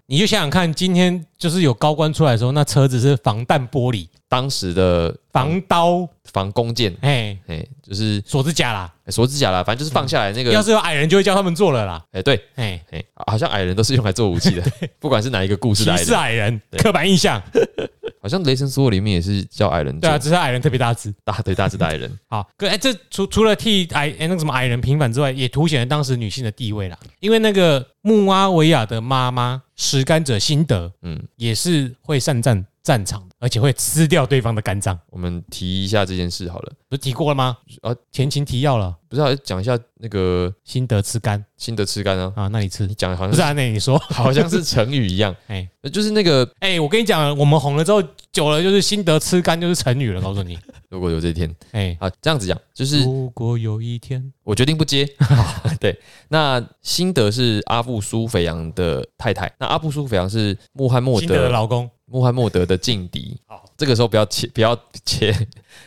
你就想想看，今天就是有高官出来的时候，那车子是防弹玻璃、当时的防刀，防弓箭，哎，哎、就是锁子甲啦。哎锁指甲啦，反正就是放下来那个，要哎、是有矮人，就会叫他们做了啦。对，哎，哎、好像矮人都是用来做武器 的，不管是哪一个故事的歧矮视人，矮人，对刻板印象。好像雷神索尔里面也是叫矮人做，对啊，只是矮人特别大只。大对大只的矮人，好，可哎，这除除了替矮哎那个什么矮人平反之外，也凸显了当时女性的地位啦。因为那个穆阿维亚的妈妈，实甘者辛德嗯。也是会善战战场，而且会吃掉对方的肝脏。我们提一下这件事好了。不是提过了吗？啊啊，前情提要了，不是啊讲、一下那个心得吃肝新的吃干啊？啊，那你吃你讲的好像不是是啊？那你说， 好像是成语一样， 哎呃就是那个哎、我跟你讲，我们红了之后，久了就是心得吃肝就是成语了，告诉你。如果有这一天哎、啊，这样子讲，就是如果有一天，我决定不接。 对，那辛德是阿布苏菲扬的太太，那阿布苏菲扬是穆罕默心得的德老公，穆罕默德的劲敌。好，这个时候不要切，不要切。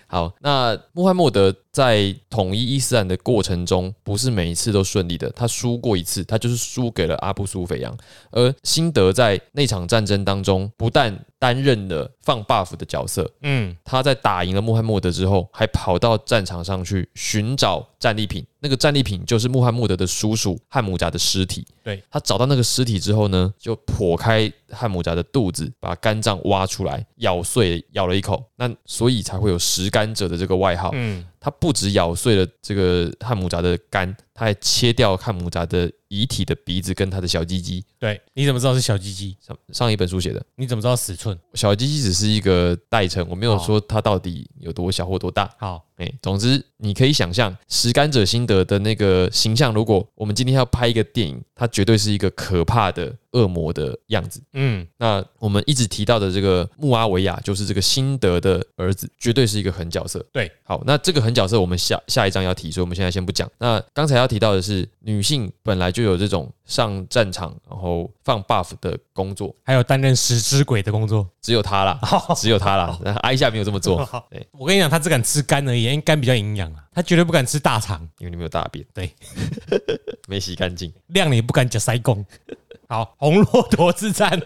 好，那穆罕默德在统一伊斯兰的过程中，不是每一次都顺利的，他输过一次，他就是输给了阿布苏菲扬。而辛德在那场战争当中，不但担任了放 buff 的角色，嗯，他在打赢了穆罕默德之后，还跑到战场上去寻找战利品。那个战利品就是穆罕默德的叔叔汉姆扎的尸体。对他找到那个尸体之后呢，就剖开汉姆扎的肚子，把肝脏挖出来，咬碎，咬了一口。那所以才会有食肝者的这个外号。嗯，他不止咬碎了这个汉姆扎的肝，他还切掉汉姆扎的遗体的鼻子跟他的小鸡鸡。对，你怎么知道是小鸡鸡？上上一本书写的。你怎么知道尺寸？小鸡鸡只是一个代称，我没有哦说它到底有多小或多大。好，哎、总之你可以想象，食甘者辛德的那个形象，如果我们今天要拍一个电影，它绝对是一个可怕的恶魔的样子。嗯，那我们一直提到的这个穆阿维亚，就是这个辛德的儿子，绝对是一个狠角色。对，好，那这个狠角色我们下下一章要提，所以我们现在先不讲。那刚才要提到的是，女性本来就有这种上战场然后放 buff 的工作，还有担任食尸鬼的工作。只有她啦， 只有她啦，那哀夏没有这么做，对，我跟你讲，他只敢吃肝而已，因为肝比较营养啊，他绝对不敢吃大肠，因为你没有大便，对， 没洗干净。量也不敢讲塞贡。 好，红骆驼之战，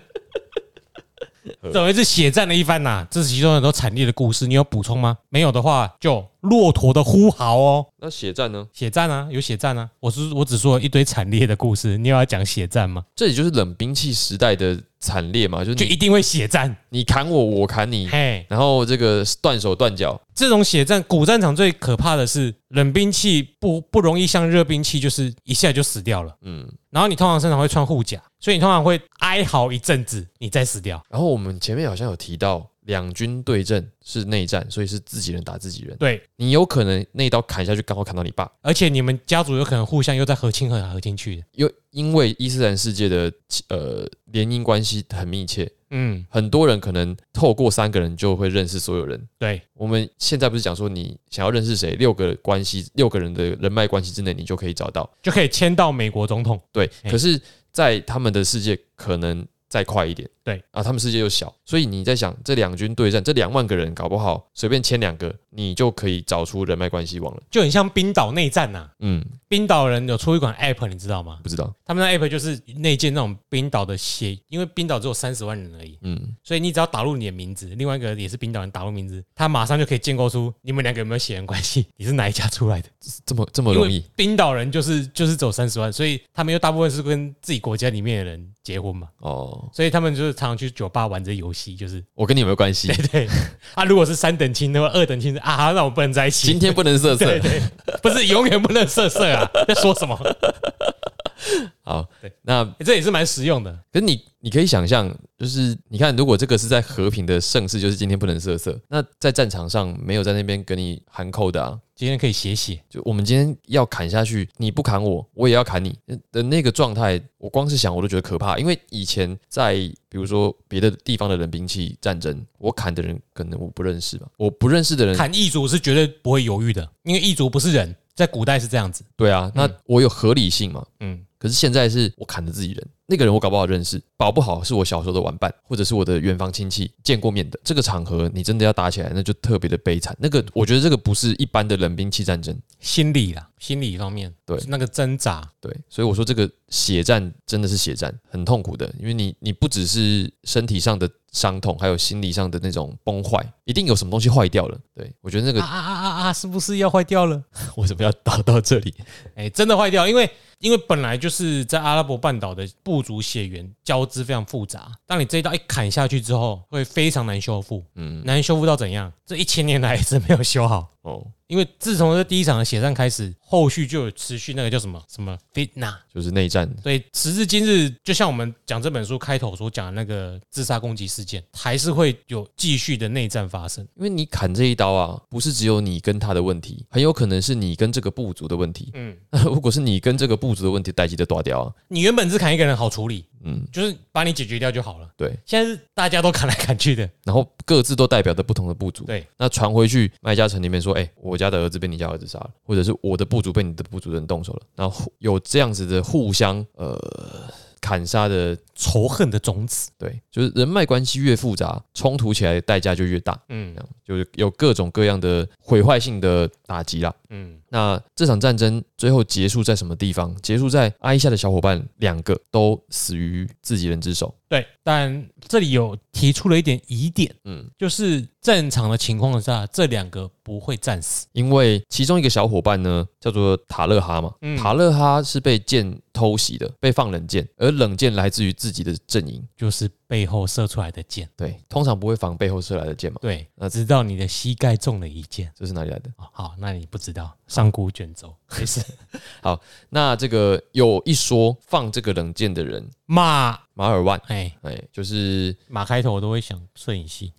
总而言之血战了一番呐、这是其中很多惨烈的故事，你有补充吗？没有的话，就骆驼的呼嚎哦，那血战呢？血战啊，有血战啊。我是我只说了一堆惨烈的故事，你有要讲血战吗？这也就是冷兵器时代的惨烈嘛，就是就你一定会血战，你砍我，我砍你，嘿。然后这个断手断脚，这种血战，古战场最可怕的是冷兵器不不容易像热兵器，就是一下就死掉了。嗯。然后你通常身上会穿护甲，所以你通常会哀嚎一阵子，你再死掉。然后我们前面好像有提到，两军对阵是内战，所以是自己人打自己人，对，你有可能那一刀砍下去，刚好砍到你爸。而且你们家族有可能互相又在和亲和和亲去的。又因为伊斯兰世界的呃联姻关系很密切，嗯，很多人可能透过三个人就会认识所有人，对，我们现在不是讲说你想要认识谁，六个关系六个人的人脉关系之内，你就可以找到。就可以签到美国总统。对，嘿可是，在他们的世界可能再快一点。对啊，他们世界又小，所以你在想这两军对战，这两万个人搞不好随便签两个，你就可以找出人脉关系网了。就很像冰岛内战呐、嗯，冰岛人有出一款 app，你知道吗？不知道。他们那 app 就是内建那种冰岛的血，因为冰岛只有三十万人而已，嗯，所以你只要打入你的名字，另外一个也是冰岛人打入名字，他马上就可以建构出你们两个有没有血缘关系， 你是哪一家出来的。这么这么因容为易？冰岛人就是就是走三十万，所以他们又大部分是跟自己国家里面的人结婚嘛，哦，所以他们就是常常去酒吧玩这游戏，就是我跟你有没有关系 对？对啊，如果是三等亲的话，二等亲是啊，那我不能在一起，今天不能色色。对对，不是永远不能色色 啊，在说什么？好对，那欸这也是蛮实用的，可是你你可以想象，就是你看，如果这个是在和平的盛世，就是今天不能色色，那在战场上没有在那边跟你喊扣的啊，今天可以写写，就我们今天要砍下去，你不砍我，我也要砍你的那个状态，我光是想我都觉得可怕。因为以前在比如说别的地方的冷兵器战争，我砍的人可能我不认识吧，我不认识的人，砍异族是绝对不会犹豫的，因为异族不是人，在古代是这样子，对啊，那我有合理性嘛？嗯，可是现在是我砍的自己人，那个人我搞不好认识，保不好是我小时候的玩伴，或者是我的远房亲戚见过面的。这个场合你真的要打起来，那就特别的悲惨。那个我觉得这个不是一般的冷兵器战争，心理啦，心理方面，对那个挣扎，对，所以我说这个血战真的是血战，很痛苦的，因为你你不只是身体上的伤痛，还有心理上的那种崩坏，一定有什么东西坏掉了。对我觉得那啊个、啊啊啊啊，是不是要坏掉了？为什么要打到这里？ 哎、真的坏掉，因为因为本来就是在阿拉伯半岛的部族血缘交织非常复杂，当你这一刀一砍下去之后，会非常难修复，嗯，难修复到怎样？这一千年来一直没有修好，哦，因为自从这第一场的血战开始，后续就有持续那个叫什么什么 fitna。就是内战。所以时至今日，就像我们讲这本书开头所讲的那个自杀攻击事件，还是会有继续的内战发生。因为你砍这一刀啊，不是只有你跟他的问题，很有可能是你跟这个部族的问题。 嗯，那如果是你跟这个部族的问题，代际的断掉啊，你原本只砍一个人好处理，嗯，就是把你解决掉就好了。对。现在是大家都砍来砍去的，然后各自都代表着不同的部族。对，那传回去麦家城里面说，哎、我家的儿子被你家儿子杀了，或者是我的部族被你的部族人动手了，然后有这样子的互相呃砍杀的，仇恨的种子。对，就是人脉关系越复杂，冲突起来的代价就越大，嗯这样就是有各种各样的毁坏性的打击啦。嗯，那这场战争最后结束在什么地方？结束在阿伊夏的小伙伴两个都死于自己人之手。对。但这里有提出了一点疑点，嗯，就是正常的情况下，这两个不会战死。因为其中一个小伙伴呢叫做塔勒哈嘛，嗯塔勒哈是被剑偷袭的，被放冷箭，而冷箭来自于自己的阵营。就是背后射出来的箭，对，通常不会防背后射来的箭嘛。对那，直到你的膝盖中了一箭。这是哪里来的？哦，好，那你不知道上古卷轴，没事。那这个有一说放这个冷箭的人 马，马尔万，哎，哎，就是马开头我都会想摄影系，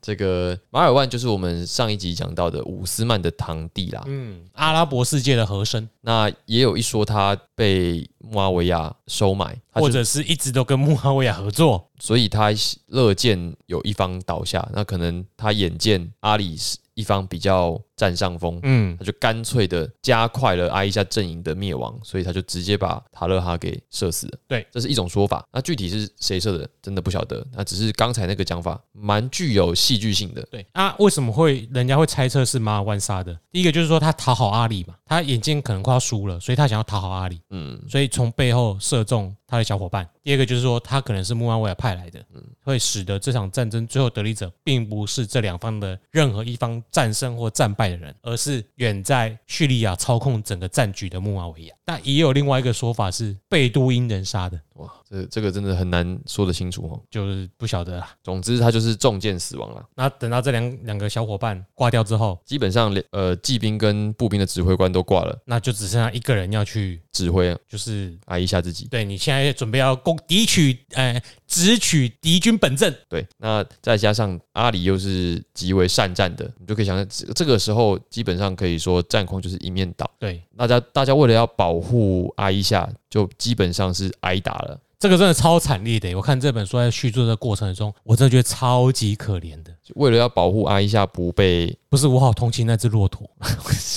这个马尔万，就是我们上一集讲到的伍斯曼的堂弟啦。嗯，阿拉伯世界的和声，那也有一说他被穆阿维亚收买，他就或者是一直都跟穆哈维亚合作，所以他乐见有一方倒下，那可能他眼见阿里是一方比较占上风，嗯，他就干脆的加快了阿伊夏阵营的灭亡，所以他就直接把塔勒哈给射死了。对，这是一种说法。那具体是谁射的，真的不晓得。那只是刚才那个讲法蛮具有戏剧性的。对啊，为什么会人家会猜测是马尔万杀的？第一个就是说他讨好阿里嘛，他眼见可能快要输了，所以他想要讨好阿里，嗯，所以从背后射中他的小伙伴。第二个就是说他可能是穆哈维亚派来的，会使得这场战争最后得利者并不是这两方的任何一方战胜或战败的人，而是远在叙利亚操控整个战局的穆哈维亚。但也有另外一个说法是贝都因人杀的，哇，这这个真的很难说得清楚哦。就是不晓得啦。总之，他就是中箭死亡了。那等到这两两个小伙伴挂掉之后，基本上，呃，骑兵跟步兵的指挥官都挂了，那就只剩下一个人要去。指挥就是阿伊夏自己。对你现在准备要攻敌取，呃，直取敌军本阵，对，那再加上阿里又是极为善战的，你就可以想象，这这个时候基本上可以说战况就是一面倒。对，大家大家为了要保护阿伊夏，就基本上是挨打了。这个真的超惨烈的。我看这本书在叙述的过程中，我真的觉得超级可怜的。就为了要保护阿伊夏不被， 不是我好同情那只骆驼。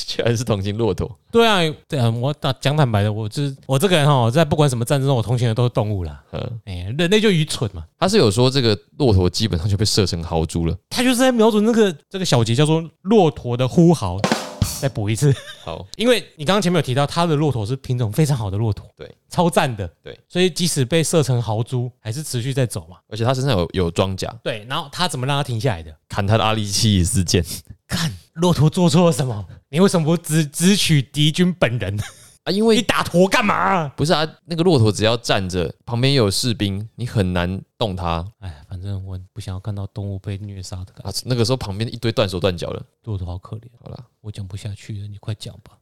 居然是同情骆驼。对啊，对啊，我打讲坦白的，我就是我这个人哈，在不管什么战争中，我同情的都是动物啦。嗯，哎、人类就愚蠢嘛，他是有说这个骆驼基本上就被射成豪猪了。他就是在瞄准那个这个小节叫做骆驼的呼嚎。再补一次，好，因为你刚刚前面有提到，它的骆驼是品种非常好的骆驼，对，超赞的，对，所以即使被射成豪猪，还是持续在走嘛，而且他身上有有装甲，对。然后他怎么让它停下来的？砍他的阿力七十四箭。看骆驼做错了什么？你为什么不只只取敌军本人？ 啊，因你为打驼干嘛？不是啊，那个骆驼只要站着，旁边有士兵，你很难动它哎，反正我不想要看到动物被虐杀的感觉。啊。那个时候旁边一堆断手断脚的，骆驼好可怜，好啦， 我讲不下去了，你快讲吧。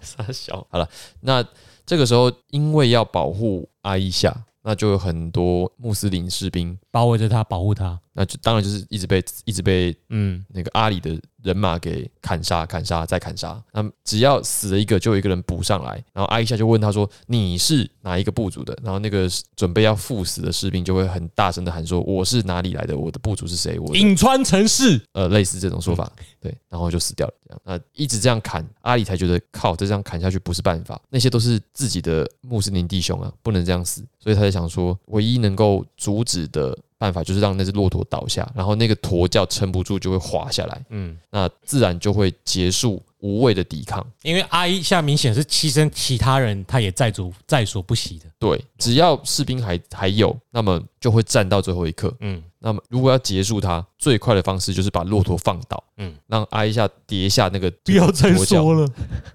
傻小。好了，那这个时候因为要保护阿伊夏，那就有很多穆斯林士兵，包围着他，保护他。那就当然就是一直被一直被嗯，那个阿里的人马给砍杀、砍杀再砍杀。那只要死了一个，就有一个人补上来。然后阿伊夏就问他说：“你是哪一个部族的？”然后那个准备要赴死的士兵就会很大声的喊说：“我是哪里来的？我的部族是谁？我的颍川城市，呃，类似这种说嗯法，对，然后就死掉了。这样，那一直这样砍，阿里才觉得靠，这样砍下去不是办法，那些都是自己的穆斯林弟兄啊，不能这样死，所以他才想说，唯一能够阻止的办法就是让那只骆驼倒下，然后那个驼轿撑不住就会滑下来，嗯，那自然就会结束无谓的抵抗。因为阿伊夏明显是牺牲其他人，他也在所在所不惜的。对，只要士兵还还有，那么就就会站到最后一刻。嗯那么如果要结束它，最快的方式就是把骆驼放倒，嗯，让挨一下跌下那个不要再左脚说了，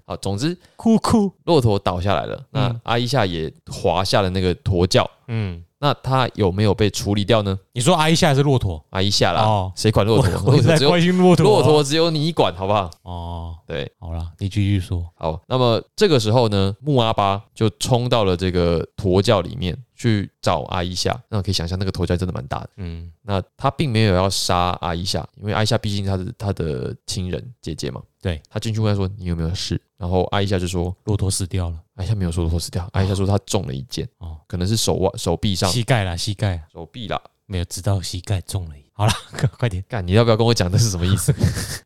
啊。总之，哭哭，骆驼倒下来了，那嗯阿伊夏也滑下了那个驼轿，嗯，那他有没有被处理掉呢？你说阿姨下还是骆驼？阿伊夏啦，哦谁管骆我驼？我 骆在驼只有关心骆驼，啊骆驼只有你管，好不好？哦，对，好了，你继续说，好，那么这个时候呢，穆阿巴就冲到了这个驼轿里面去找阿伊夏。那可以想象，那个驼轿真的蛮大的。嗯那他并没有要杀阿伊夏，因为阿伊夏毕竟他是他的亲人姐姐嘛。对他进去问他说：“你有没有事？”然后阿伊夏就说骆驼死掉了，：“阿伊夏没有说骆驼死掉，阿伊夏说他中了一箭，哦，可能是手腕、手臂上、膝盖啦，膝盖手臂啦。没有，直到膝盖中了一，好了， 快点，”干，你要不要跟我讲这是什么意思？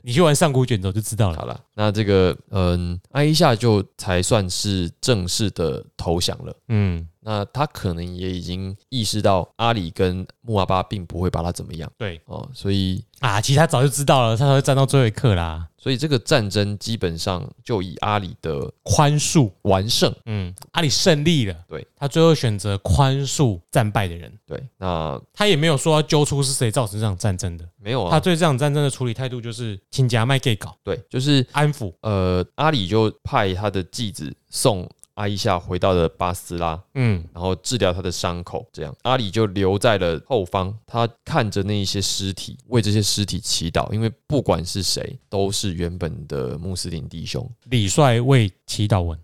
你去玩上古卷轴就知道了，好了，那这个嗯，阿伊夏就才算是正式的投降了。嗯，那他可能也已经意识到阿里跟穆阿巴并不会把他怎么样对哦，所以啊，其实他早就知道了，他才会站到最后一刻啦，所以这个战争基本上就以阿里的宽恕，完胜，嗯，阿里胜利了，对他最后选择宽恕战败的人，对，那他也没有说要揪出是谁造成这场战争的，没有他啊，对这场战争的处理态度就是请夹麦给搞对，就是安抚，呃，阿里就派他的继子送阿伊夏回到了巴斯拉，嗯然后治疗他的伤口，这样阿里就留在了后方，他看着那一些尸体，为这些尸体祈祷，因为不管是谁，都是原本的穆斯林弟兄，李帅为祈祷文，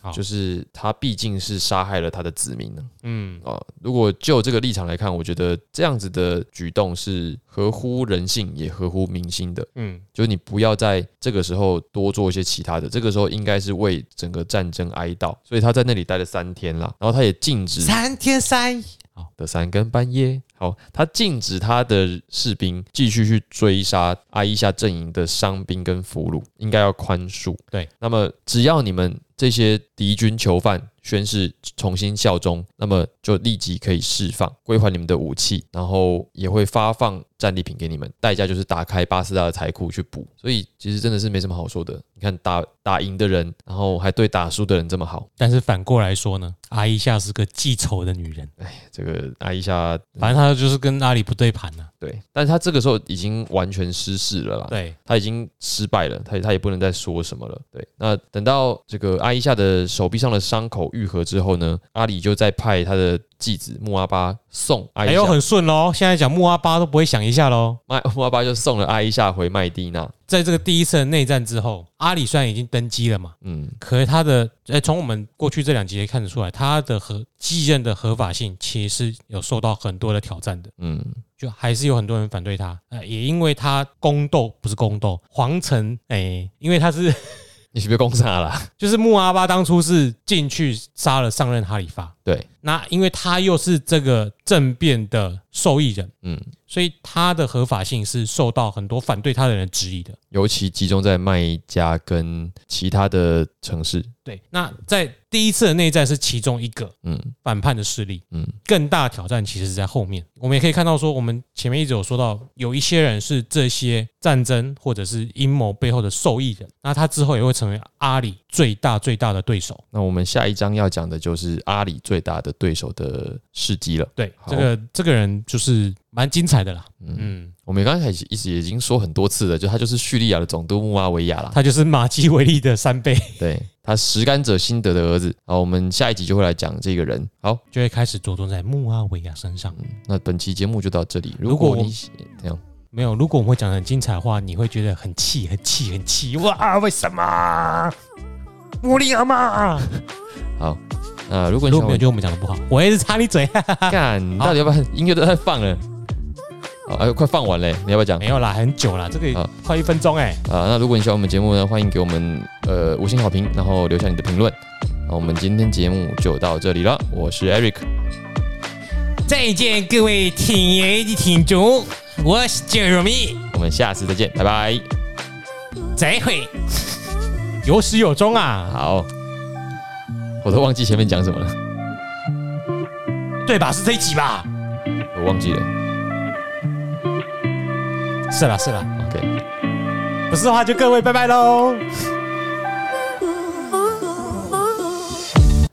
好就是他毕竟是杀害了他的子民呢嗯，啊、如果就这个立场来看，我觉得这样子的举动是合乎人性，也合乎民心的。嗯，就是你不要在这个时候多做一些其他的，这个时候应该是为整个战争哀悼。所以他在那里待了三天啦，然后他也禁止三天三夜，的三更半夜。好，他禁止他的士兵继续去追杀阿伊夏阵营的伤兵跟俘虏，应该要宽恕。对，那么只要你们这些敌军囚犯宣誓重新效忠，那么就立即可以释放，归还你们的武器，然后也会发放战利品给你们，代价就是打开巴斯达的财库去补。所以其实真的是没什么好说的。你看打打赢的人，然后还对打输的人这么好，但是反过来说呢，阿伊夏是个记仇的女人，这个阿伊夏反正她就是跟阿里不对盘啊了、对，但是他这个时候已经完全失势了啦。对，他已经失败了，他也他也不能再说什么了。对，那等到这个阿伊夏的手臂上的伤口愈合之后呢，阿里就再派他的继子穆阿巴送阿哎伊呦，夏，很顺喽，现在讲穆阿巴都不会想一下喽。麦穆阿巴就送了阿伊夏回麦地那。在这个第一次的内战之后，阿里虽然已经登基了嘛，嗯，可是他的，哎、从我们过去这两集也看得出来，他的合继任的合法性其实是有受到很多的挑战的，嗯，就还是有很多人反对他。呃，也因为他宫斗不是宫斗，皇城，哎、因为他是你是不是攻杀啦？就是穆阿巴当初是进去杀了上任哈里发，对，那因为他又是这个政变的受益人，嗯，所以他的合法性是受到很多反对他的人质疑的。尤其集中在麦加跟其他的城市。对，那在第一次的内战是其中一个嗯反叛的势力，嗯，更大的挑战其实是在后面。我们也可以看到说，我们前面一直有说到，有一些人是这些战争或者是阴谋背后的受益人，那他之后也会成为阿里最大最大的对手。那我们下一章要讲的就是阿里最大的对手的事迹了。对，好这个这个人就是蛮精彩的啦。嗯，嗯，我们刚才一直已经说很多次了，就他就是叙利亚的总督穆阿维亚啦。他就是马基维利的三倍，对他实甘者辛德的儿子。好，我们下一集就会来讲这个人。好， 嗯就会开始着重在穆阿维亚身上。那本期节目就到这里。如如果果我你喜这样，没有，如果我们会讲的很精彩的话，你会觉得很气、很气、很气。哇，啊为什么？茉莉阿妈。好，那如果你如喜果没有欢觉得我们讲的不好，我一直插你嘴。啊我干，你到底要不要？音乐都在放了，好，哎，快放完嘞，你要不要讲？ 没有啦，很久啦，这个好快一分钟哎、啊，那如果你喜欢我们节目呢，欢迎给我们呃五星好评，然后留下你的评论。那我们今天节目就到这里了，我是 Eric，再见，各位挺爷的挺足，我是 Jeremy，我们下次再见，拜拜。再会。有始有终啊，好，我都忘记前面讲什么了，对吧？是这一集吧？我忘记了。是啦是啦， OK，不是的话就各位拜拜喽。